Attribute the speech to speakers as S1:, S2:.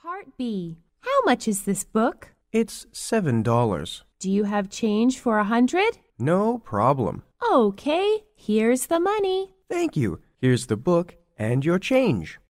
S1: Part B. How much is this book?
S2: It's seven dollars.
S1: Do you have change for a hundred?
S2: No problem.
S1: Okay, here's the money.
S2: Thank you. Here's the book and your change.